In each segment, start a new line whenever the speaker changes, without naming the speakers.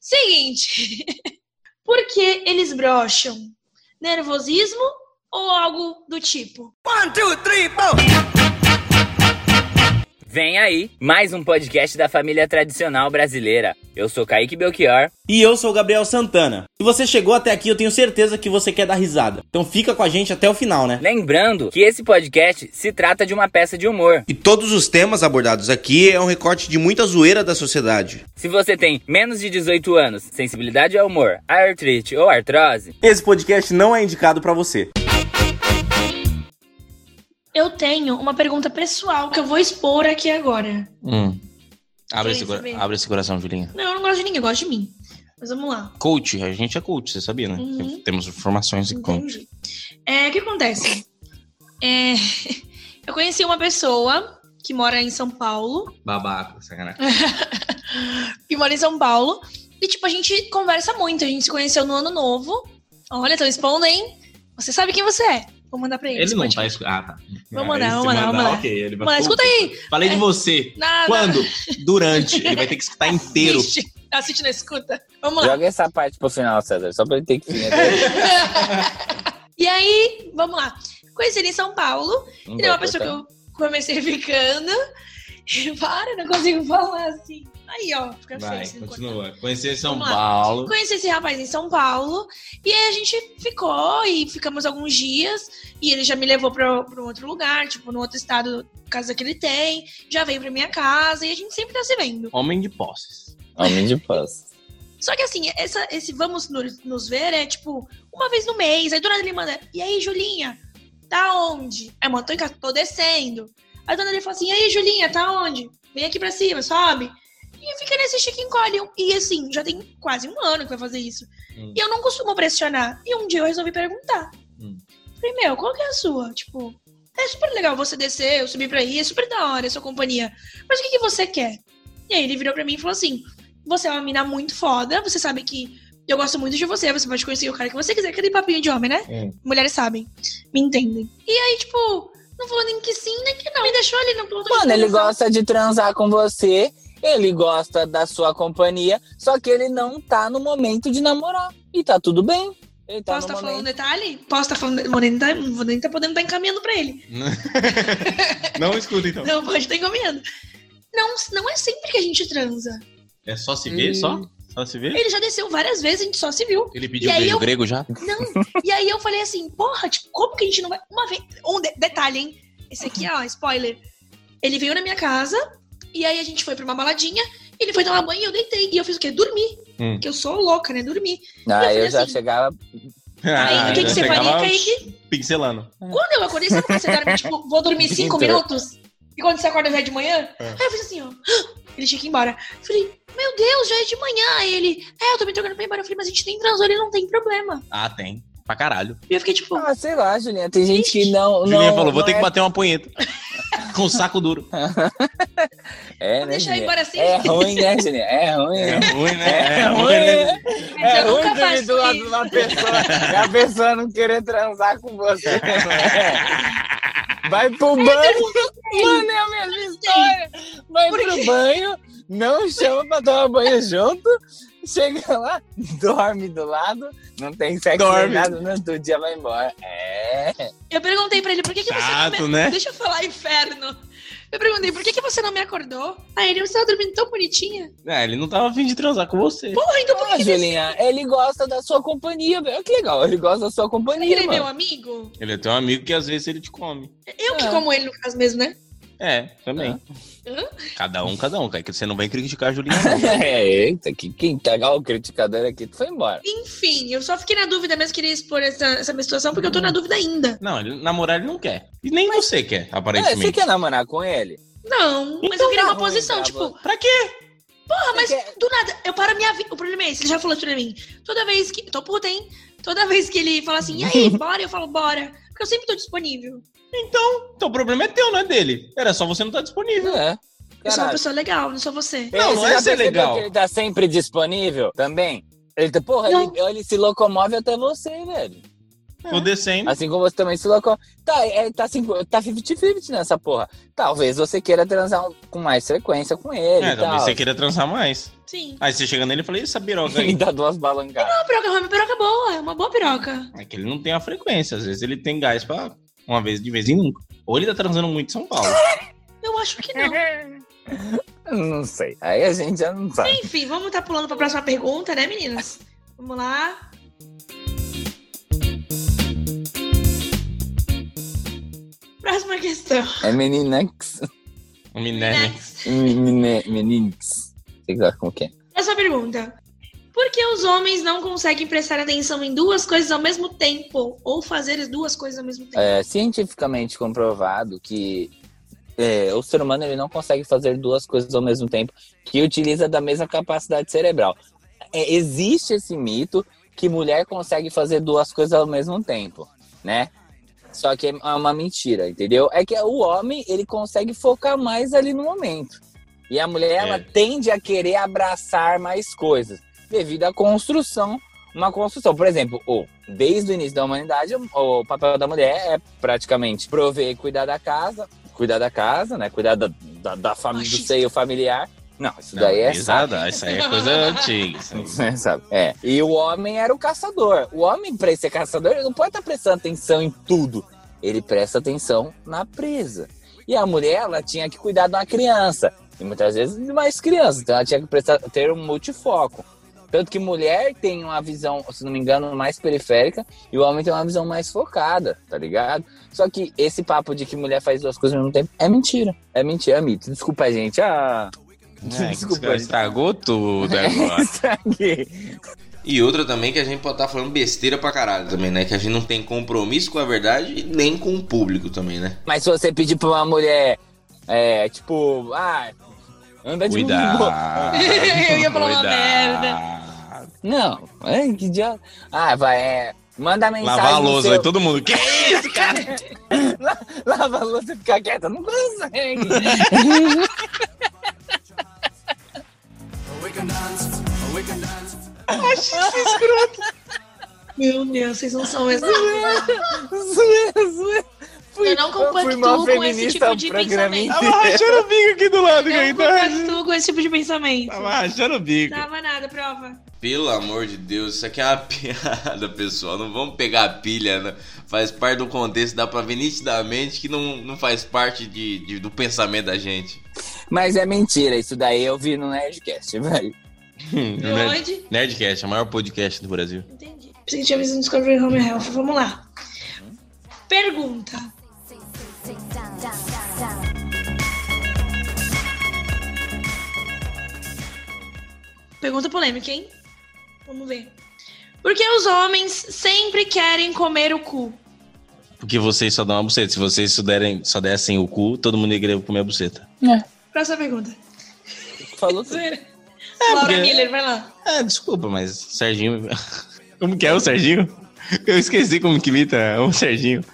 Seguinte, por que eles brocham? Nervosismo ou algo do tipo?
One, two, three, four.
Vem aí, mais um podcast da família tradicional brasileira. Eu sou Kaique Belchior.
E eu sou o Gabriel Santana. Se você chegou até aqui, eu tenho certeza que você quer dar risada. Então fica com a gente até o final, né?
Lembrando que esse podcast se trata de uma peça de humor.
E todos os temas abordados aqui é um recorte de muita zoeira da sociedade.
Se você tem menos de 18 anos, sensibilidade ao humor, artrite ou artrose,
Esse podcast não é indicado pra você.
Eu tenho uma pergunta pessoal que eu vou expor aqui agora.
Hum. Abre,
Querem
esse, cora-
saber?
abre esse coração, Julinha.
Não, eu não gosto de ninguém, eu gosto de mim. Mas vamos lá.
Coach, a gente é coach, você sabia, né?
Uhum.
Tem- Temos formações em coach.
Entendi. É, o que acontece? É, eu conheci uma pessoa que mora em São Paulo.
Babaca, sacanagem.
que mora em São Paulo. E, tipo, a gente conversa muito. A gente se conheceu no ano novo. Olha, estão expondo, hein? Você sabe quem você é. Vou mandar pra ele.
Ele
esse
não tá
podcast.
escutando. Ah, tá.
Vou mandar,
Ele
vou
se
mandar, vou
mandar,
mandar.
ok, ele vai-
Mano, escuta aí. É.
Falei de você.
Nada.
Quando? Durante. Ele vai ter que escutar inteiro.
Assiste, assiste, não Tá escuta. Vamos lá.
joga essa parte pro final, César, só pra ele ter que
E aí, vamos lá. Conheci ele em São Paulo. Ele é uma pessoa que eu comecei ficando. Para, não consigo falar assim. Aí, ó, fica feio.
Vai,
se não cortar.
continua. Conhecer São
Vamos lá.
Paulo.
Conheci esse rapaz em São Paulo e aí a gente ficou e ficamos alguns dias e ele já me levou pra pra um outro lugar, tipo, num outro estado, casa que ele tem, já veio pra minha casa e a gente sempre tá se vendo.
Homem de posses.
Homem de paz.
Só que assim, essa, esse vamos no- nos ver é tipo uma vez no mês, aí do nada ele manda, e aí, Julinha, tá onde? Aí, mano, tô, em casa, tô descendo. Aí do nada ele fala assim, e aí, Julinha, tá onde? Vem aqui pra cima, sobe. E fica nesse chique encolhe. E assim, já tem quase um ano que vai fazer isso.
Hum.
E eu não costumo pressionar. E um dia eu resolvi perguntar.
Hum.
Falei, meu, qual que é a sua? Tipo, é super legal você descer, eu subir pra aí, é super da hora a sua companhia. Mas o que, que você quer? E aí ele virou pra mim e falou assim: Você é uma mina muito foda, você sabe que eu gosto muito de você, você pode conhecer o cara que você quiser, aquele papinho de homem, né?
Hum.
Mulheres sabem, me entendem. E aí, tipo, não falou nem que sim, nem que não. Me deixou ali no ponto
Mano, ele
transar.
gosta de transar com você, ele gosta da sua companhia, só que ele não tá no momento de namorar. E tá tudo bem. Ele tá
Posso estar
no
falando um
momento.
detalhe? Posso estar falando. Vou nem tá, vou nem tá podendo estar encaminhando pra ele.
Não escuta, então.
Não pode estar encaminhando. Não, não é sempre que a gente transa.
É só se ver,
Hum.
só? Só se ver?
Ele já desceu várias vezes, a gente só se viu.
Ele pediu
E aí
beijo
eu-
grego já?
Não. E aí eu falei assim, porra, tipo, como que a gente não vai. Uma vez. Um de- detalhe, hein? Esse aqui, ó, spoiler. Ele veio na minha casa, e aí a gente foi pra uma baladinha, ele foi tomar banho e eu deitei. E eu fiz o quê? Dormir.
Hum.
Que eu sou louca, né? Dormir.
Ah,
falei
eu já
assim,
chegava.
aí
Ah,
o que, que você
Pegava
faria, Kaique?
Pincelando.
Quando eu acordei, sabe quando você dorme, tipo, vou dormir cinco
Entrou.
minutos? E quando você acorda já é de manhã?
É.
Aí eu fiz assim, ó. Ele tinha que ir embora. Eu falei, meu Deus, já é de manhã. Aí ele, é, eu tô me trocando pra ir embora. Eu falei, mas a gente nem transou, ele não tem problema.
Ah, tem. Pra caralho.
E eu fiquei tipo,
Ah, sei lá, Julinha. Tem gente que não.
Julinha
não,
falou, vou
não
ter
é
que bater uma punheta. Com o saco duro.
É,
vou deixar
né,
ir
Julinha?
embora assim.
É ruim, né, Julinha? É ruim, né?
ruim,
É ruim, né?
Mas eu nunca
dormir
faço
do lado
isso.
de uma pessoa e a pessoa não querer transar com você. né? Vai pro banho. Mano, é a mesma história. Vai
Por quê?
pro banho, não chama pra tomar banho junto. Chega lá, dorme do lado, não tem sexo nem
Dorme.
nada, no outro dia vai embora. É.
Eu perguntei pra ele, por que, que você não
Chato,
me...
né?
Deixa eu falar, inferno. Eu perguntei, por que, que você não me acordou? Aí ele, você tava dormindo tão bonitinha.
É, ele não tava afim de transar com você.
Porra, então por
Ah,
que que ele,
Julinha, ele gosta da sua companhia, velho. Que legal, ele gosta da sua
ele é
companhia,
meu
mano.
amigo?
Ele é teu amigo que às vezes ele te come.
Eu que
É.
como ele, no caso mesmo, né?
É, também.
Hã?
Cada um, cada um, cara. Que você não vem criticar a Julinha.
É, eita, que, quem tá o criticador aqui, tu foi embora.
Enfim, eu só fiquei na dúvida, mas queria expor essa, essa minha situação, porque eu tô
Hum.
na dúvida ainda.
Não, ele, namorar ele não quer. E nem você quer,
É, você
aparentemente.
quer namorar com ele?
Não, mas eu
Então
queria
tá
uma
ruim
posição,
pra
tipo,
Pra quê?
porra, Ah, mas
Você quer-
do nada, eu paro minha vida. O problema é esse, ele já falou isso pra mim. Toda vez que. Tô puta, hein? Toda vez que ele fala assim, e aí, bora? Eu falo, bora. Porque eu sempre tô disponível.
Então o problema é teu, não é dele. Era só você não estar disponível.
É.
Eu sou uma
Caralho.
pessoa legal, não sou você.
Não,
Ei,
não
você
é
já
ser
percebeu
legal.
que Ele tá sempre disponível também? Ele tá, porra,
Não.
ele, ele se locomove até você, velho.
Tô
é.
descendo.
Assim como você também se colocou. Tá, é, tá, cinco- tá 50-50 nessa porra. Talvez você queira transar um- com mais frequência com ele.
É,
e tal.
tá
talvez você queira transar
É.
mais.
Sim.
Aí você chega nele e fala, e essa piroca
Ele
aí?
dá duas balancadas.
Uma piroca, uma piroca boa, é uma boa piroca.
É que ele não tem a frequência, às vezes ele tem gás pra uma vez de vez em nunca. Ou ele tá transando muito em São Paulo.
Eu acho que não.
Não sei. Aí a gente já não sabe.
Enfim, vamos tá pulando pra próxima pergunta, né, meninas? Vamos lá. Próxima questão.
É Meninax.
O Minerva.
Next.
Menine- Meninx. Sei lá como que é.
Essa pergunta. Por que os homens não conseguem prestar atenção em duas coisas ao mesmo tempo? Ou fazer duas coisas ao mesmo tempo?
É cientificamente comprovado que é, o ser humano ele não consegue fazer duas coisas ao mesmo tempo que utiliza da mesma capacidade cerebral. É, existe esse mito que mulher consegue fazer duas coisas ao mesmo tempo, né? Só que é uma mentira, entendeu? É que o homem ele consegue focar mais ali no momento. E a mulher ela
É.
tende a querer abraçar mais coisas devido à construção uma construção. Por exemplo, o- desde o início da humanidade, o, o papel da mulher é praticamente prover e cuidar da casa, cuidar da casa, né? Cuidar da, da, da fami- do
Machista.
seio familiar. Não, isso
Não,
daí é sábio.
pesada. Isso aí é coisa antiga. isso aí.
Você sabe? É. E o homem era o caçador. O homem, pra ele ser caçador, ele não pode estar prestando atenção em tudo. Ele presta atenção na presa. E a mulher, ela tinha que cuidar de uma criança. E muitas vezes de mais crianças. Então ela tinha que prestar, ter um multifoco. Tanto que mulher tem uma visão, se não me engano, mais periférica e o homem tem uma visão mais focada, tá ligado? Só que esse papo de que mulher faz duas coisas ao mesmo tempo é mentira. É mentira, é mito. Desculpa, gente. Ah,
É,
Desculpa,
Desculpa, estragou tudo agora.
estraguei.
E outra também que a gente pode estar falando besteira pra caralho também, né? Que a gente não tem compromisso com a verdade e nem com o público também, né?
Mas se você pedir pra uma mulher, é, tipo, ah, anda de Uber.
Cuidado.
Eu ia falar uma
Cuidado.
merda.
Não, ai, que idiota. Ah, vai, é, manda mensagem.
Lavar a
no
lousa,
seu-
aí todo mundo. Que isso, cara?
Lava a louça e fica quieta, não consegue.
Meu Deus, vocês não são mesmo.
Zoeira, zoeira. Fui-
Eu não
fui mal
compactuo com esse
feminista
tipo
o
de
programa
pensamento.
Tava rachando o bico aqui do lado,
Eu não
cara. Tava rachando-
compactuo com esse tipo de pensamento.
Tava rachando o bico.
Tava nada, prova.
Pelo amor de Deus, isso aqui é uma piada, pessoal. Não vamos pegar a pilha, né? Faz parte do contexto, dá pra ver nitidamente que não, não faz parte de, de- do pensamento da gente.
Mas é mentira, isso daí eu vi no Nerdcast, velho.
Hum,
E
Nerd-
onde?
Nerdcast, é o maior podcast do Brasil.
Entendi. Pensei que tinha visto no Discovery Home and Health. Vamos lá.
Uhum.
Pergunta. Pergunta polêmica, hein? Vamos ver. Por que os homens sempre querem comer o cu?
Porque vocês só dão uma buceta. Se vocês só, derem, só dessem o cu, todo mundo ia querer comer a buceta.
Próxima pergunta.
Falou tudo.
Zoeira. Laura
É, porque-
Miller, vai lá.
Ah, desculpa, mas Serginho. Como que é o Serginho? Eu esqueci como que imita o Serginho.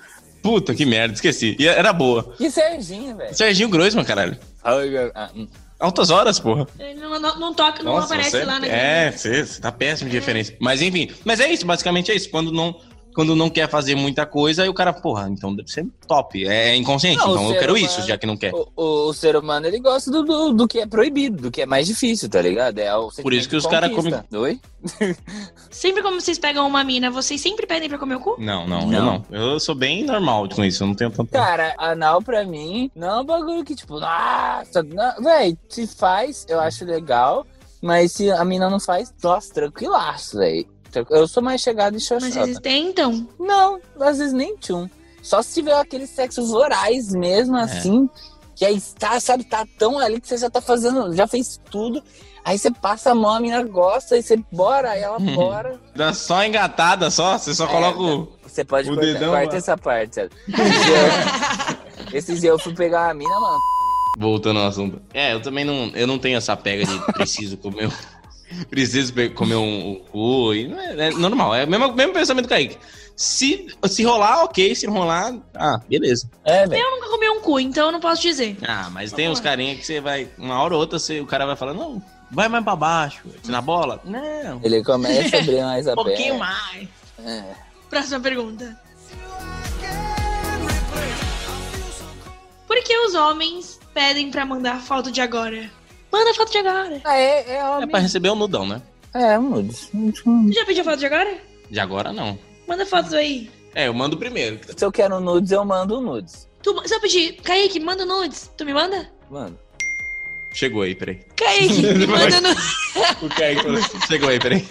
Puta que merda, esqueci. E era boa.
Que Serginho, velho.
Serginho Grossman, caralho.
Ah, hum.
Altas horas, porra.
Ele não, não- não toca, não aparece
você...
lá né? na
É, você, você tá péssimo de referência. Mas enfim, mas é isso, basicamente é isso. Quando não, quando não quer fazer muita coisa, aí o cara, porra, então deve ser top. É inconsciente,
Não, o
então eu
ser
quero
humano-
isso, já que não quer.
O, o- o ser humano, ele gosta do, do, do que é proibido, do que é mais difícil, tá ligado? É o
Por isso que
sentimento
os
de
cara
conquista. Oi?
Sempre como vocês pegam uma mina, vocês sempre pedem pra comer o cu?
Não, não, eu
Não.
não. Eu sou bem normal com isso, eu não tenho tanto.
Cara, anal pra mim não é um bagulho que, tipo, nossa, não, véi, se faz, eu acho legal, mas se a mina não faz, nossa, tranquilaço, véi. Tran- Eu sou mais chegado em
Mas
xoxota.
vocês então? tentam?
Não, às vezes nem tchum. Só se tiver aqueles sexos orais mesmo,
É.
assim, que aí tá, sabe, tá tão ali que você já tá fazendo, já fez tudo, aí você passa a mão, a mina gosta, aí você bora, aí ela
Uhum.
bora.
Dá só engatada, só. Você só
É,
coloca o.
Você pode
O
cortar,
dedão,
corta
mano.
essa parte, sabe? Esses dias eu- Esses dias eu fui pegar uma mina, mano,
Voltando ao assunto. É, eu também não, eu não tenho essa pega de preciso comer um, preciso pe- comer um, um cu. e não é, é normal, é o mesmo, mesmo pensamento do Kaique. Se, se rolar, ok. Se não rolar, ah, beleza.
É, velho.
Eu nunca comi um cu, então eu não posso dizer.
Ah, mas tem uns carinha que você vai, uma hora ou outra, você, o cara vai falar, não, vai mais pra baixo. Na bola? Não, um
Ele começa a abrir mais a perna.
pouquinho Um mais.
É.
Próxima pergunta. Por que os homens pedem pra mandar foto de agora? Manda foto de agora.
Ah, é, é
É
homem.
pra receber o nudão, né?
É, nudes.
Tu já pediu foto de agora?
De agora, não.
Manda fotos aí.
É, eu mando primeiro.
Se eu quero nudes, eu mando nudes.
Tu, se eu pedir, Kaique, manda nudes. Tu me manda?
Mano.
Chegou aí, peraí.
Kaique, me manda nudes.
O Kaique falou assim, chegou aí, peraí.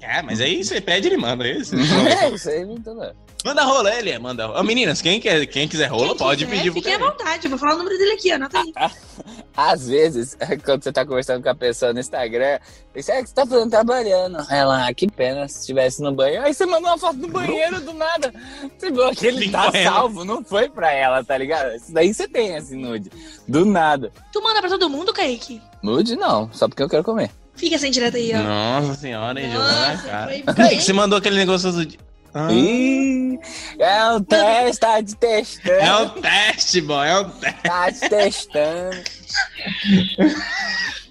É, mas aí você pede, ele manda. é Isso.
É, isso aí, não tô não.
Manda rola, ele é, manda rola. Ô, meninas, quem, quer, quem quiser rola,
Quem
pode
quiser,
pedir pro
né? Fiquem à
Kaique.
vontade, eu vou falar o número dele aqui, anota aí.
Às vezes, quando você tá conversando com a pessoa no Instagram, você é que você tá fazendo trabalhando. Ela, "Ah, que pena se estivesse no banheiro. Aí você mandou uma foto do banheiro do nada. Você viu que ele tá
Limpou ela.
salvo, não foi pra ela, tá ligado? Isso daí você tem esse nude. Do nada.
Tu manda pra todo mundo, Kaique?
Nude não, só porque eu quero comer.
Fica sem direto aí, ó.
Nossa senhora, hein, jogou na
Nossa,
né, cara.
foi bem.
Kaique, você mandou aquele negócio do... Ah,
Ih, é um teste, tá te
é
testando.
um teste, boy, é um teste.
Tá te testando.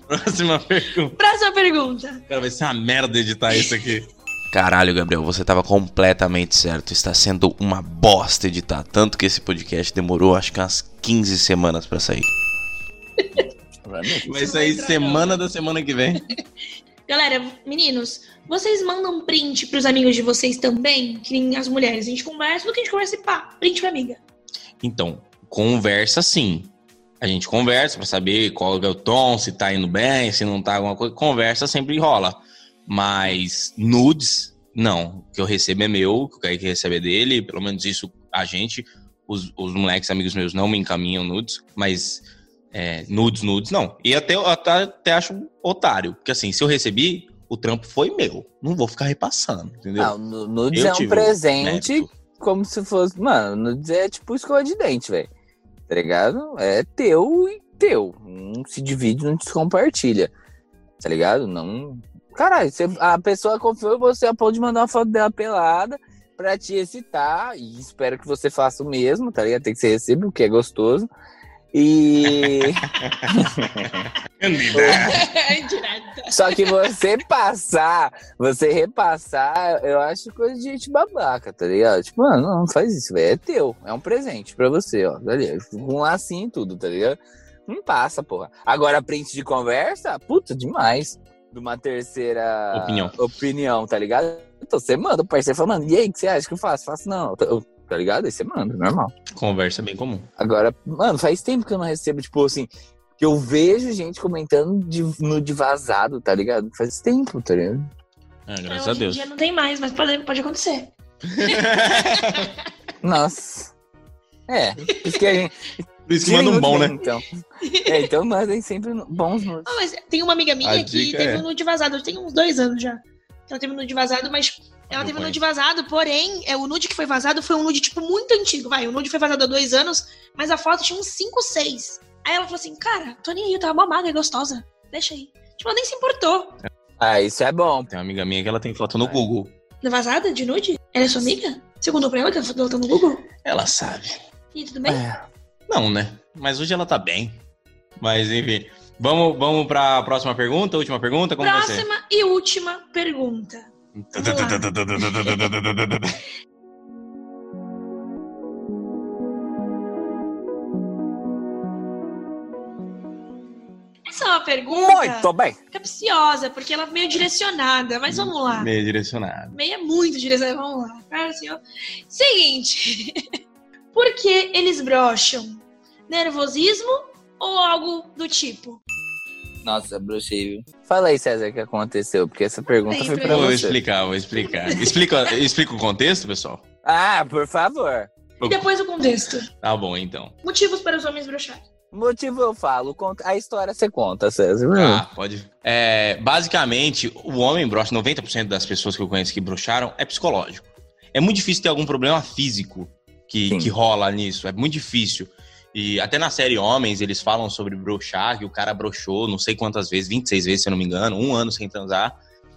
Próxima pergunta.
Próxima pergunta.
Cara, vai ser uma merda editar isso aqui. Caralho, Gabriel, você tava completamente certo. Está sendo uma bosta editar. Tanto que esse podcast demorou acho que umas 15 semanas pra sair. Vai sair semana da semana que vem.
Galera, meninos, vocês mandam print pros amigos de vocês também? Que nem as mulheres. A gente conversa, do que a gente conversa e pá, print pra amiga.
Então, conversa sim. A gente conversa pra saber qual é o tom, se tá indo bem, se não tá alguma coisa. Conversa sempre rola. Mas nudes, não. O que eu recebo é meu, o que o Kaique recebe é dele. Pelo menos isso a gente, os, os moleques amigos meus não me encaminham nudes, mas é, nudes, nudes, não. E até, eu até, até acho otário, porque assim, se eu recebi, o trampo foi meu. Não vou ficar repassando, entendeu?
Não, nu- nudes
Eu
é um
tive um
presente
mérito.
como se fosse. Mano, nudes é tipo escova de dente, velho. Tá ligado? É teu e teu. Não se divide, não se compartilha. Tá ligado? Não. Caralho, você- a pessoa confiou em você a ponto de mandar uma foto dela pelada pra te excitar. E espero que você faça o mesmo, tá ligado? Tem que ser recíproco, porque é gostoso. E.
direto.
Só que você passar, você repassar, eu acho coisa de gente babaca, tá ligado? Tipo, mano, não faz isso, velho. É teu. É um presente pra você, ó. Tá ligado? Com um lacinho e tudo, tá ligado? Não passa, porra. Agora, print de conversa, puta, demais. De uma terceira
Opinião.
opinião, tá ligado? Então você manda, o parceiro fala, mano, e aí, o que você acha que eu faço? Faço não, tá- eu- tá ligado? Aí você manda, normal.
Conversa é bem comum.
Agora, mano, faz tempo que eu não recebo, tipo assim, que eu vejo gente comentando de, no de vazado, tá ligado? Faz tempo, tá ligado?
É, graças a
hoje em
Deus.
dia não tem mais, mas pode, pode acontecer.
Nossa. É, por isso que a gente.
Por isso que manda um bom, né?
Então. É, então mandem sempre bons nudes.
Ah, mas tem uma amiga minha
A
que
dica
teve
é-
um nude vazado. Tem uns dois anos já. Ela teve um nude vazado, mas ela
Eu
teve um
conheço.
nude vazado, porém, é, o nude que foi vazado foi um nude, tipo, muito antigo. Vai, o nude foi vazado há dois anos, mas a foto tinha uns 5, 6. Aí ela falou assim, cara, tô nem aí, eu tava mó magra e gostosa. Deixa aí. Tipo, ela nem se importou.
Ah, isso é bom.
Tem uma amiga minha que ela tem foto no
Ai.
Google.
Na vazada de nude? Ela é sua amiga? Você contou pra ela que ela tá no Google?
Ela sabe.
E aí, tudo bem?
É.
Não, né? Mas hoje ela tá bem. Mas enfim. Vamos, vamos pra próxima pergunta, última pergunta, como você?
Próxima e última pergunta. Essa é uma pergunta
Muito bem.
capciosa, porque ela é meio direcionada, mas vamos lá.
Meio direcionado.
Meia muito direcionada, vamos lá. Cara, senhor. Seguinte. Por que eles brocham? Nervosismo ou algo do tipo?
Nossa, brochei, viu? Fala aí, César, o que aconteceu, porque essa pergunta
Tem
foi
pra
pra
Vou
você.
explicar, vou explicar. Explica, explica o contexto, pessoal?
Ah, por favor.
E depois o contexto.
Tá bom, então.
Motivos para os homens brochar.
Motivo eu falo, cont- a história você conta, César.
Ah, pode. É, basicamente, o homem broxa, 90% das pessoas que eu conheço que broxaram é psicológico. É muito difícil ter algum problema físico que,
Sim.
que rola nisso. É muito difícil. E até na série Homens, eles falam sobre broxar, que o cara broxou não sei quantas vezes, 26 vezes, se eu não me engano, um ano sem transar.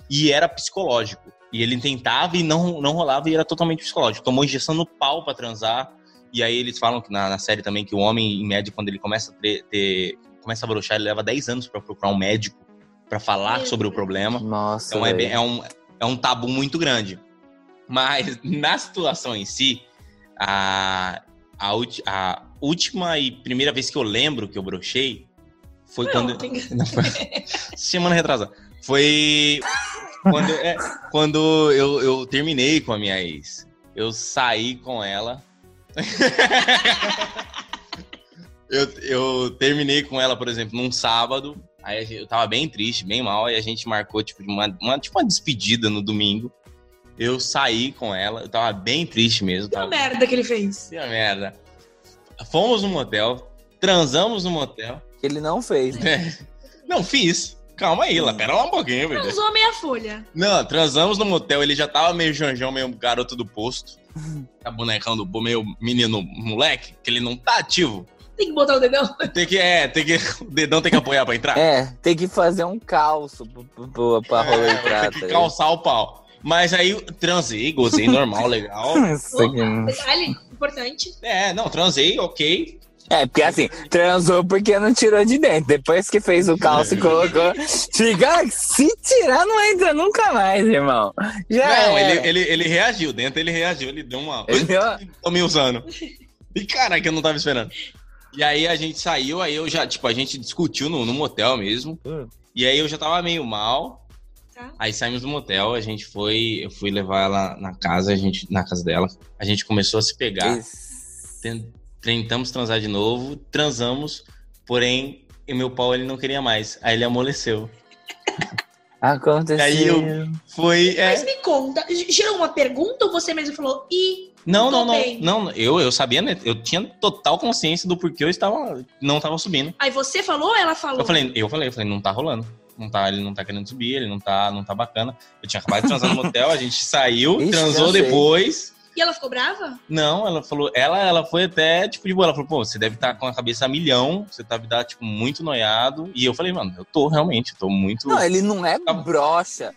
E era psicológico. E ele tentava e não, não rolava e era totalmente psicológico. Tomou injeção no pau pra transar. E aí eles falam que na, na série também que o homem, em média, quando ele começa a ter, ter- começa a broxar, ele leva 10 anos pra procurar um médico pra falar
Meu
sobre o
Deus.
problema.
Nossa.
Então é,
velho.
bem- é um, é um tabu muito grande. Mas na situação em si, a, a, ulti- a última e primeira vez que eu lembro que eu brochei foi quando.
tem-
Não, foi- Semana retrasada. Foi quando, é, quando eu, eu terminei com a minha ex. Eu saí com ela. eu, eu terminei com ela, por exemplo, num sábado. Aí a gente- eu tava bem triste, bem mal. Aí a gente marcou, tipo, uma, uma- tipo uma despedida no domingo. Eu saí com ela. Eu tava bem triste mesmo.
Que
Tá.
Tava
merda que ele fez.
Deu merda. Fomos no motel, transamos no motel.
Ele não fez.
Não fiz. Calma aí, lá, pera lá um pouquinho, bebê.
Usou meia folha.
Não, transamos no motel, ele já tava meio janjão, meio garoto do posto. Tá bonecão do meio menino moleque, que ele não tá ativo.
Tem que botar o dedão.
Tem que, é, tem que, o dedão tem que apoiar pra entrar.
É, tem que fazer um calço pro- pro- pro- pra rolar
É,
e entrar.
tem
tá
que
ligado?
calçar o pau. Mas aí transei, gozei normal, legal.
Nossa, que não-
Detalhe importante.
É, não, transei, ok.
É, porque assim, transou porque não tirou de dentro. Depois que fez o calço e
É.
colocou. Fica, "Ah, se tirar, não entra nunca mais, irmão. Já
Não,
era.
ele, ele, ele reagiu, dentro ele reagiu, ele deu uma.
Ele deu-
tô me usando. E caraca, eu não tava esperando. E aí a gente saiu, aí eu já, tipo, a gente discutiu no, no motel mesmo.
Hum.
E aí eu já tava meio mal.
Tá.
Aí saímos do motel, a gente foi, eu fui levar ela na casa, a gente, na casa dela. A gente começou a se pegar,
Isso.
ten- tentamos transar de novo, transamos, porém, o meu pau ele não queria mais. Aí ele amoleceu.
Aconteceu.
Aí Foi, é,
Mas me conta, g- gerou uma pergunta ou você mesmo falou, e
Não, não, não,
Também.
não. Eu, eu sabia, né? Eu tinha total consciência do porquê eu estava, não estava subindo.
aí você falou ou ela falou?
Eu falei, eu falei, eu falei, não tá rolando. Não tá, ele não tá querendo subir, ele não tá, não tá bacana. Eu tinha acabado de transar no motel, a gente saiu,
Ixi,
transou
cansei.
depois.
E ela ficou brava?
Não, ela falou, ela, ela foi até, tipo, de boa. Ela falou, pô, você deve estar com a cabeça a milhão, você tá, tá, tipo, muito noiado. E eu falei, mano, eu tô realmente, eu tô muito.
Não, ele não é
Tá bom.
broxa.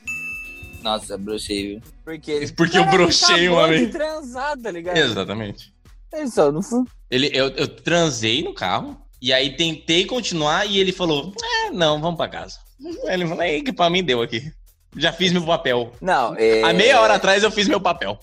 Nossa, brochei, viu? Porque ele.
Porque eu
Cara, ele tá
brochei
acabou
uma
de
vez.
transar, tá ligado?
Exatamente.
Ele só não foi.
Ele, eu, eu transei no carro, e aí tentei continuar, e ele falou: É, não, vamos pra casa. Ele falou: Ei, que pra mim deu aqui. Já fiz meu papel.
Não, é.
Há meia hora atrás eu fiz meu papel.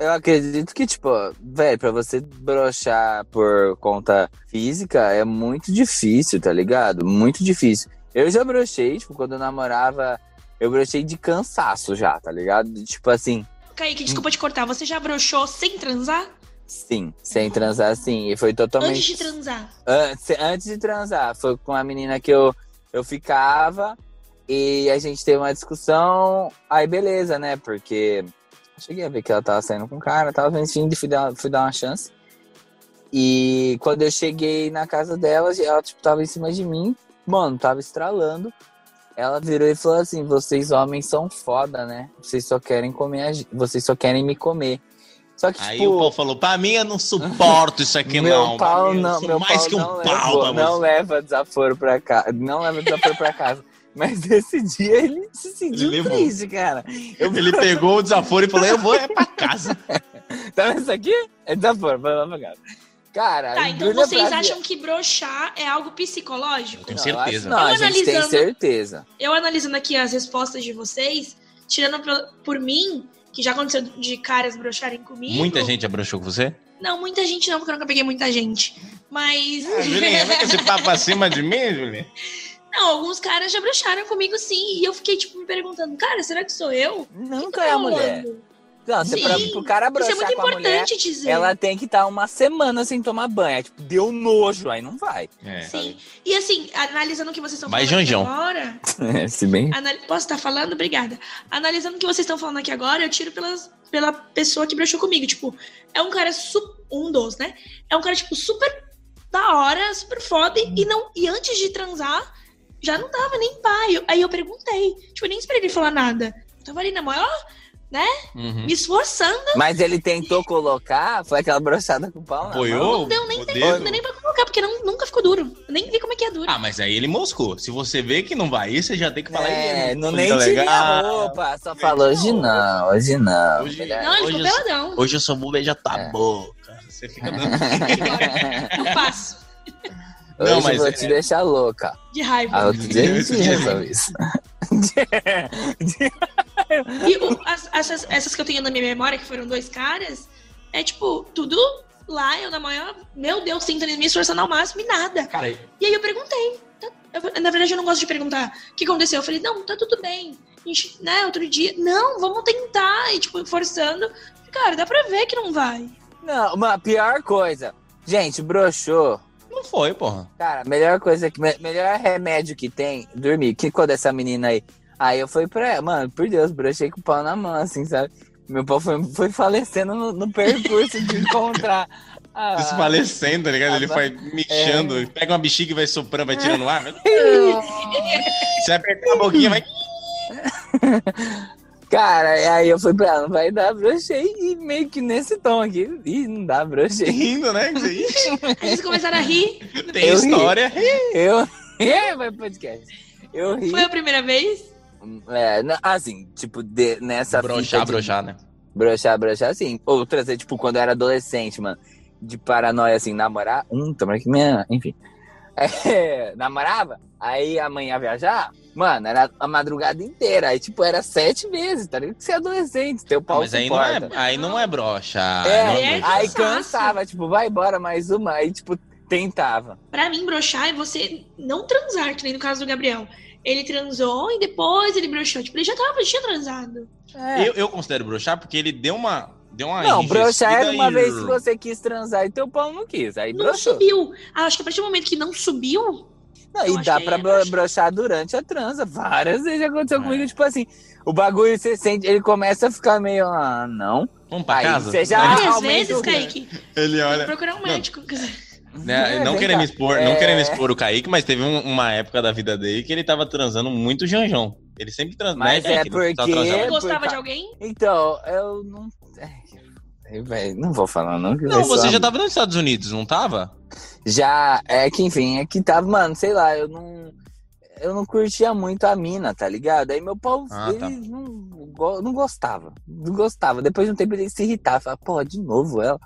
Eu acredito que, tipo, velho, pra você brochar por conta física é muito difícil, tá ligado? Muito difícil. Eu já brochei, tipo, quando eu namorava, eu brochei de cansaço já, tá ligado? Tipo assim,
Hum.
Kaique, desculpa te cortar, você já broxou sem transar?
sim, sem transar, sim. E foi totalmente.
Antes de transar.
An- se- antes de transar, foi com a menina que eu, eu ficava e a gente teve uma discussão. Aí, beleza, né? Porque cheguei a ver que ela tava saindo com o cara, tava enfim, fui dar, fui dar uma chance. E quando eu cheguei na casa dela, ela tipo, tava em cima de mim, mano, tava estralando. Ela virou e falou assim: vocês homens são foda, né? Vocês só querem comer, a gen- vocês só querem me comer. Só que,
Aí
tipo,
o pau falou: Pra mim eu não suporto isso aqui,
meu
não. Pra
pau
mim, eu
não,
sou
meu
mais
pau
que um
não
pau
leva,
pra
não né?
você.
leva desaforo pra casa, não leva desaforo pra casa. Mas esse dia ele se sentiu
levou.
triste, cara. Eu,
Ele pegou o desaforo e falou: Eu vou é pra casa.
tá vendo isso aqui? É desaforo, vai lá pra casa. Cara,
Tá, então
embrulha
vocês
pra-
acham que broxar é algo psicológico?
Tenho
Não, eu acho-
certeza.
Não,
Eu
a gente tem
analisando-
certeza.
Eu analisando aqui as respostas de vocês, tirando pe- por mim, que já aconteceu de caras broxarem comigo.
Muita gente abrochou com você?
Não, muita gente não, porque eu nunca peguei muita gente. Mas.
Ah,
Ah, Julinha, vem com esse papo acima de mim, Julinha.
não, alguns caras já broxaram comigo sim. E eu fiquei, tipo, me perguntando, cara, será que sou eu?
Nunca é a mulher. Não,
Então,
você
Sim.
pra, pro cara
Isso
broxar
é muito
com a mulher,
importante dizer.
ela tem que estar uma semana sem tomar banho. É, tipo, deu nojo, aí não vai.
É.
Sim. E assim, analisando o que vocês estão
Mas,
falando aqui
Janjão.
agora.
Se bem...
Anal- Posso estar falando? Obrigada. Analisando o que vocês estão falando aqui agora, eu tiro pelas, pela pessoa que broxou comigo. Tipo, é um cara su- um dos, né? É um cara, tipo, super da hora, super foda. E, não, e antes de transar, já não tava nem pai. Aí eu perguntei. Tipo, eu nem esperei ele falar nada. Eu tava ali na maior,
Uhum.
me esforçando.
Mas ele tentou colocar, foi aquela brochada com o pau na mão.
Apoiou?
Não deu nem
o
tempo,
dedo?
não deu nem pra colocar, porque não, nunca ficou duro. Eu nem vi como é que é duro.
Ah, mas aí ele moscou. Se você vê que não vai ir, você já tem que falar.
É,
"Ih,
não
tá
nem tirei a
legal."
roupa, só falou hoje não, hoje não.
Hoje-
melhor
não, ele ficou
hoje eu-
peladão.
Hoje eu só vou beijar tua
É.
tá boca. Você fica dando...
Eu passo.
Hoje
Não, mas
eu vou
é-
te deixar louca.
De raiva.
Ah, A outro dia a gente resolve isso.
E o- as- essas, essas que eu tenho na minha memória, que foram dois caras, é tipo, tudo lá, eu na maior, meu Deus, tentando me esforçando ao máximo e nada.
Cara,
E aí eu perguntei. tá- eu- na verdade, eu não gosto de perguntar o que aconteceu. Eu falei, não, tá tudo bem. A gente, né, outro dia. Não, vamos tentar. E, tipo, forçando. Cara, dá pra ver que não vai.
Não, uma pior coisa. Gente, broxou.
não foi, porra.
Cara, melhor coisa que. me- Melhor remédio que tem, dormir. Que quando essa menina aí. Aí eu fui pra ela, mano, por Deus, brochei com o pau na mão, assim, sabe? Meu pau foi, foi falecendo no, no percurso de encontrar. Ah. a-
Desfalecendo, tá ligado? Ele
Ah,
foi mexendo. Pega uma bexiga e vai soprando, vai tirando o ar. Você apertar a boquinha, vai.
Cara, e aí eu fui pra ela, não vai dar, brochei. E meio que nesse tom aqui. Ih, não dá, brochei.
Rindo, né? Que isso
Aí eles começaram a rir.
aí Tem
Eu ri.
história.
Eu. É, vai pro podcast. Eu ri.
Foi a primeira vez.
É, na- assim, tipo, de- nessa. fita
Broxar,
de-
broxar, né?
Broxar, broxar, sim. Outras, é, tipo, quando eu era adolescente, mano. De paranoia, assim, namorar. Hum, tomara que minha. Enfim. É, namorava, aí amanhã viajar. Mano, era a madrugada inteira. Aí, tipo, era sete vezes, tá ligado? Que você é adolescente, teu pau
Mas aí não, é,
suporta.
aí não é broxa.
É,
não
é
broxa.
aí
cansaço.
cansava, tipo, vai embora mais uma. Aí, tipo, tentava.
Pra mim, broxar é você não transar, que nem no caso do Gabriel. Ele transou e depois ele broxou. Tipo, ele já tava, já tinha transado.
É.
Eu, eu considero broxar porque ele deu uma. Deu uma
Não, broxar era
enrijecida
uma
e-
vez que você quis transar e teu pau não quis. Aí
Não
broxou.
subiu. Ah, acho que a partir do momento que não subiu,
Não,
Eu
e dá
achei
pra
ele
bro-
broxar.
broxar durante a transa. Várias vezes já aconteceu
É.
comigo, tipo assim, o bagulho você sente, ele começa a ficar meio, ah, não.
Vamos pra
Aí
casa?
você já- Ah,
várias
aumenta
vezes,
o-
Kaique,
Ele
tem que
olha.
procurar um médico.
Né,
É,
não,
vem
querendo
cá.
expor,
É.
não querendo expor o Kaique, mas teve um- uma época da vida dele que ele tava transando muito janjão. Ele sempre né, transava.
Mas é porque-
Você
É,
gostava
por
de
ca-
alguém?
Então, eu não. Ai, que- Véi, não vou falar, não. que vai
Não, você
soar-
já tá tava nos Estados Unidos, não tava?
Já, é que enfim, é que tava, mano, sei lá, eu não. Eu não curtia muito a mina, tá ligado? Aí meu pau,
Ah,
ele
tá.
não, go- não gostava. Não gostava. Depois de um tempo ele se irritava. Falava, pô, de novo ela.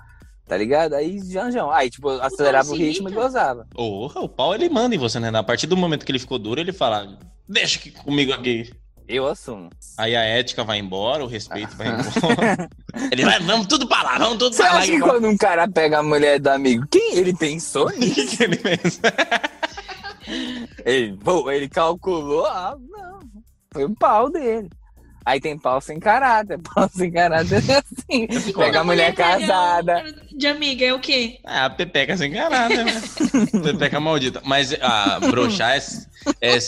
Tá ligado? Aí, janjão. Aí, tipo, eu acelerava o
se
ritmo e
irrita?
gozava.
Ô, o pau ele manda em você, né? A partir do momento que ele ficou duro, ele fala: Deixa que comigo aqui.
Eu assumo.
Aí a ética vai embora, o respeito vai embora. ele vai, vamos tudo pra lá, vamos tudo
Você
pra lá.
acha que quando um cara pega a mulher do amigo, quem ele pensou nisso?
que que ele fez?
Ele, pô, ele calculou, ah, não, foi o pau dele. Aí tem pau sem caráter, pau sem caráter é assim.
E quando
Pega a mulher né?
pega
casada.
um- De amiga, é o quê?
Ah, a pepeca sem enganada, né? pepeca maldita. Mas a broxar é, é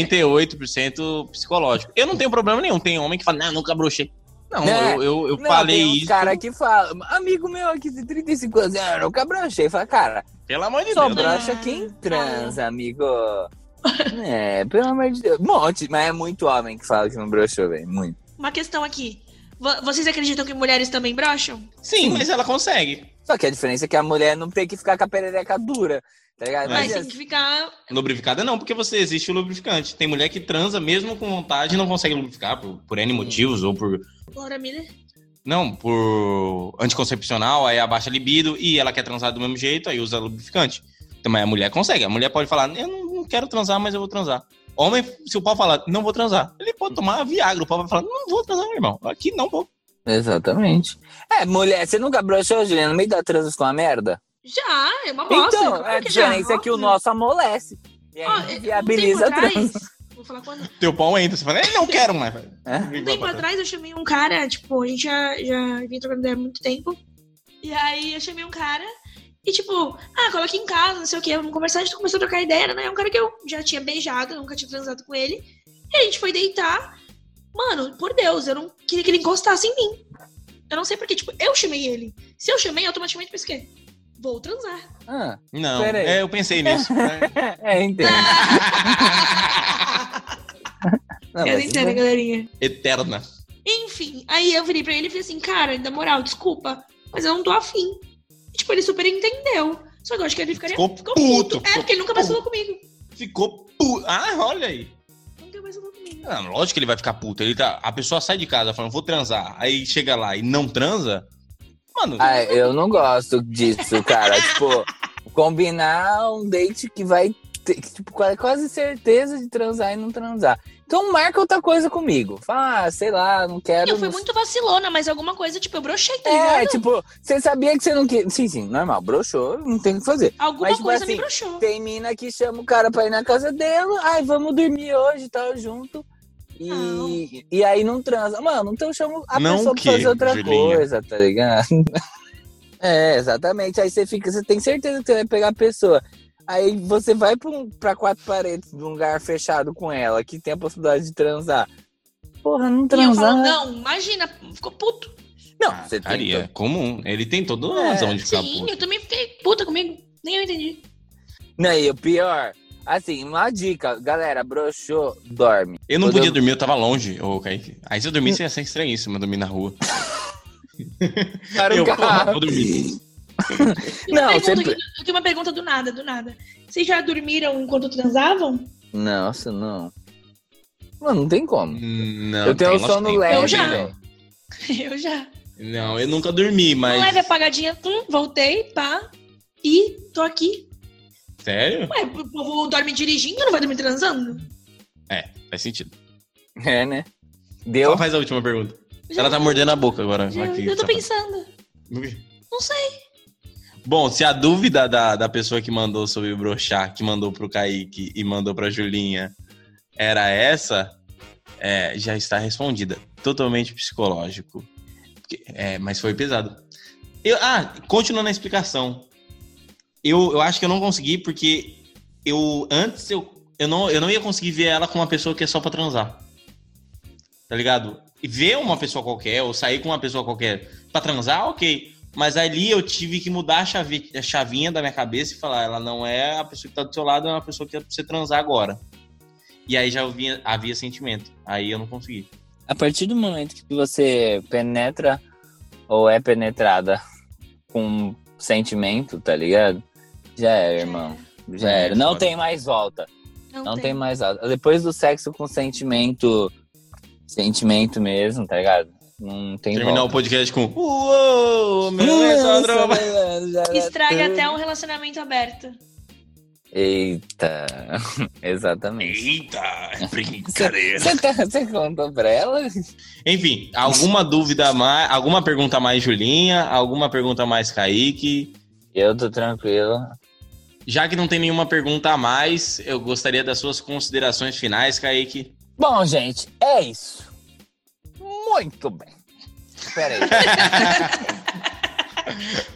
98% psicológico. Eu não tenho problema nenhum. Tem homem que fala, não, nunca brochei. Não,
Né?
eu, eu, eu
Não,
falei
tem uns
isso.
cara que fala, amigo meu aqui de 35 anos, eu nunca brochei. Fala, cara,
Pelo amor de
só
Deus. né?
brocha quem
Ah.
transa, amigo. É, pelo amor de Deus. Um monte, mas é muito homem que fala que não broxou, velho. Muito.
Uma questão aqui. Vo- Vocês acreditam que mulheres também brocham?
Sim, mas ela consegue.
Só que a diferença é que a mulher não tem que ficar com a perereca dura, tá ligado?
É.
Mas
Imagina,
tem que ficar.
Lubrificada não, porque você existe o lubrificante. Tem mulher que transa mesmo com vontade e não consegue lubrificar por, por N motivos ou por.
Laura Miller.
Não, por anticoncepcional, aí abaixa a libido e ela quer transar do mesmo jeito, aí usa lubrificante. Então, mas a mulher consegue. A mulher pode falar, eu não não quero transar, mas eu vou transar. Homem, se o pau falar, não vou transar, ele pode tomar Viagra. O pau vai falar, não vou transar, meu irmão. Aqui não vou.
Exatamente. É, mulher, você nunca broxou, Juliana, no meio da transa ficou uma merda?
Já, é uma bosta.
então,
claro
a
que já,
diferença é que o
óbvio.
nosso amolece. E aí
Ó, um
viabiliza a
tempo atrás,
transa.
Vou falar quando.
Teu pau entra, você fala, eu não quero mais.
Um tempo atrás eu chamei um cara, tipo, a gente já, já vinha trocando ideia há muito tempo. E aí eu chamei um cara e, tipo, ah, cola aqui em casa, não sei o que, vamos conversar. A gente começou a trocar ideia, né? É um cara que eu já tinha beijado, nunca tinha transado com ele. E a gente foi deitar. Mano, por Deus, eu não queria que ele encostasse em mim. Eu não sei porquê, tipo, eu chamei ele. Se eu chamei, automaticamente eu pensei o quê? Vou transar.
Ah,
Não,
Pera aí.
é, eu pensei nisso. né?
é, entendo.
Ah, eu
Não, mas- né?
não entendo, então, galerinha.
Eterna.
Enfim, aí eu virei pra ele e falei assim, cara, na moral, desculpa, mas eu não tô afim. E, tipo, ele super entendeu. Só que eu acho que ele ficaria.
Ficou puto,
É,
ficou
porque ele nunca mais
puto.
falou comigo.
Ficou puto. Ah, olha aí.
Nunca mais falou comigo.
Ah, lógico que ele vai ficar puto. Ele tá, a pessoa sai de casa falando, vou transar. Aí chega lá e não transa. Mano,
Ah, eu não gosto disso, cara. tipo, combinar um date que vai te- tipo, qua- quase certeza de transar e não transar. Então marca outra coisa comigo. Fala, ah, sei lá, não quero.
Eu fui
não-
muito vacilona, mas alguma coisa, tipo, eu brochei, tá ligado?
É, tipo, você sabia que você não queria. Sim, sim, normal, broxou, não tem o que fazer.
Alguma
mas, tipo
coisa me
assim,
broxou.
Tem mina que chama o cara pra ir na casa dela, ai, vamos dormir hoje e tal, junto.
Não.
E, e aí não transa. Mano, então eu chamo a
Não
pessoa
que,
pra fazer outra
Julinha.
coisa, tá ligado? é, exatamente. Aí você fica, você tem certeza que você vai pegar a pessoa. Aí você vai pra, um, pra quatro paredes, num lugar fechado com ela, que tem a possibilidade de transar. Porra, não
E eu
transar.
falo,
né?
não, imagina, ficou puto.
não, você tem
Faria, comum. Ele tem toda a
então. É,
razão de ficar
Sim,
puto.
eu também fiquei puta comigo. Nem eu entendi.
Não, e o pior, assim, uma dica, galera, broxou, dorme.
Eu não
Quando
podia
eu-
dormir, eu tava longe, ô Kaique. Aí se eu dormisse, ia ser estranhíssimo eu dormir na rua.
Para o
eu, porra,
carro.
vou dormir.
E uma
Não,
pergunta
sempre-
aqui, Eu tenho uma pergunta do nada, do nada. Vocês já dormiram enquanto transavam?
Nossa, não. Mano, não tem como.
Não,
eu tenho
tem,
o sono
lógico que tem.
Eu
leve,
já.
velho.
Eu já.
Não, eu nunca dormi, mas...
Leve apagadinha, hum, voltei, pá. E tô aqui.
Sério?
Ué, o povo dorme dirigindo, não vai dormir transando?
Faz sentido.
É, né?
Ela
Deu?
faz a última pergunta.
Já-
Ela tá mordendo a boca agora.
já-
aqui,
eu tô
safada.
pensando. Não sei.
Bom, se a dúvida da, da pessoa que mandou sobre o brochar, que mandou pro Kaique e mandou pra Julinha, era essa, é, já está respondida. Totalmente psicológico. Porque- é, mas foi pesado. Eu- ah, continuando a explicação. Eu, eu acho que eu não consegui porque eu antes eu, eu, não, eu não ia conseguir ver ela com uma pessoa que é só pra transar. Tá ligado? E ver uma pessoa qualquer, ou sair com uma pessoa qualquer pra transar, ok. Mas ali eu tive que mudar a, chave- a chavinha da minha cabeça e falar: ela não é a pessoa que tá do seu lado, é uma pessoa que é pra você transar agora. E aí já havia, havia sentimento. Aí eu não consegui.
A partir do momento que você penetra ou é penetrada com sentimento, tá ligado? Já era, irmão. Já
É,
era. Não
foda.
tem mais volta.
Não,
Não
tem.
tem mais volta. Depois do sexo com sentimento, sentimento mesmo, tá ligado? Não tem volta.
Terminar
tá
o podcast com: Uou, meu é só droga.
Estraga até um relacionamento aberto.
Eita, exatamente.
Eita, é brincadeira.
Você tá, você contou pra ela?
Enfim, alguma dúvida a mais? Alguma pergunta a mais, Julinha? Alguma pergunta a mais, Kaique?
Eu tô tranquilo.
Já que não tem nenhuma pergunta a mais, eu gostaria das suas considerações finais, Kaique.
Bom, gente, é isso. Muito bem. Peraí.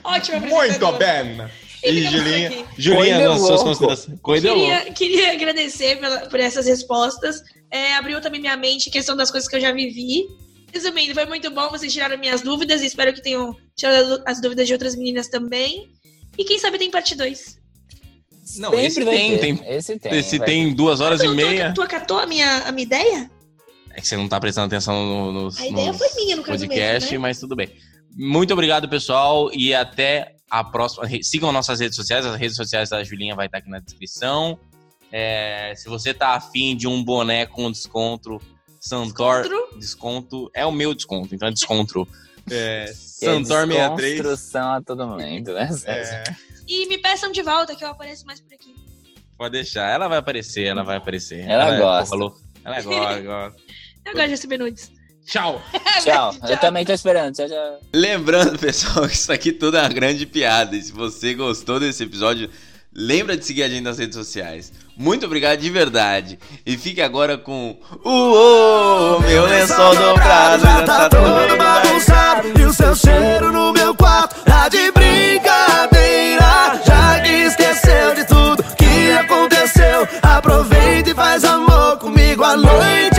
Ótimo,
Muito
apresentador.
bem!
E
E
ficamos por
Julinha,
aqui.
Julinha
Coisa
nas suas
louco.
considerações. Coisa louca.
Queria, queria agradecer pela- por essas respostas. É, abriu também minha mente a questão das coisas que eu já vivi. Resumindo, foi muito bom. Vocês tiraram minhas dúvidas e espero que tenham tirado as dúvidas de outras meninas também. E quem sabe tem parte 2.
Não,
Sempre
esse
vai
tem,
ter.
tem.
Esse tem.
Esse
vai
tem duas horas e
tu,
meia.
tu acatou a minha, a minha ideia?
É que você não tá prestando atenção no, nos,
A ideia
nos
foi minha, no caso
podcast,
mesmo, né?
mas tudo bem. Muito obrigado, pessoal, e até a próxima. Re- Sigam nossas redes sociais, as redes sociais da Julinha vai estar aqui na descrição. É, se você tá afim de um boné com desconto, Santor.
Outro,
Desconto é o meu desconto, então é desconto. É,
ter. Que é
Santor 63.
Desconstrução a todo momento, né?
É.
E me peçam de volta que eu apareço mais por aqui.
Pode deixar, ela vai aparecer, ela vai aparecer.
Ela gosta.
falou. Ela é gosta, gosta.
Eu gosto de receber nudes.
Tchau!
Tchau.
Então,
Eu também tô esperando. Tchau, tchau.
Lembrando, pessoal, que isso aqui tudo é uma grande piada. E se você gostou desse episódio, lembra de seguir a gente nas redes sociais. Muito obrigado de verdade. E fique agora com o meu lençol dobrado
já tá todo bagunçado E o seu cheiro no meu quarto tá de brincadeira Já que esqueceu de tudo que aconteceu Aproveita e faz amor comigo à noite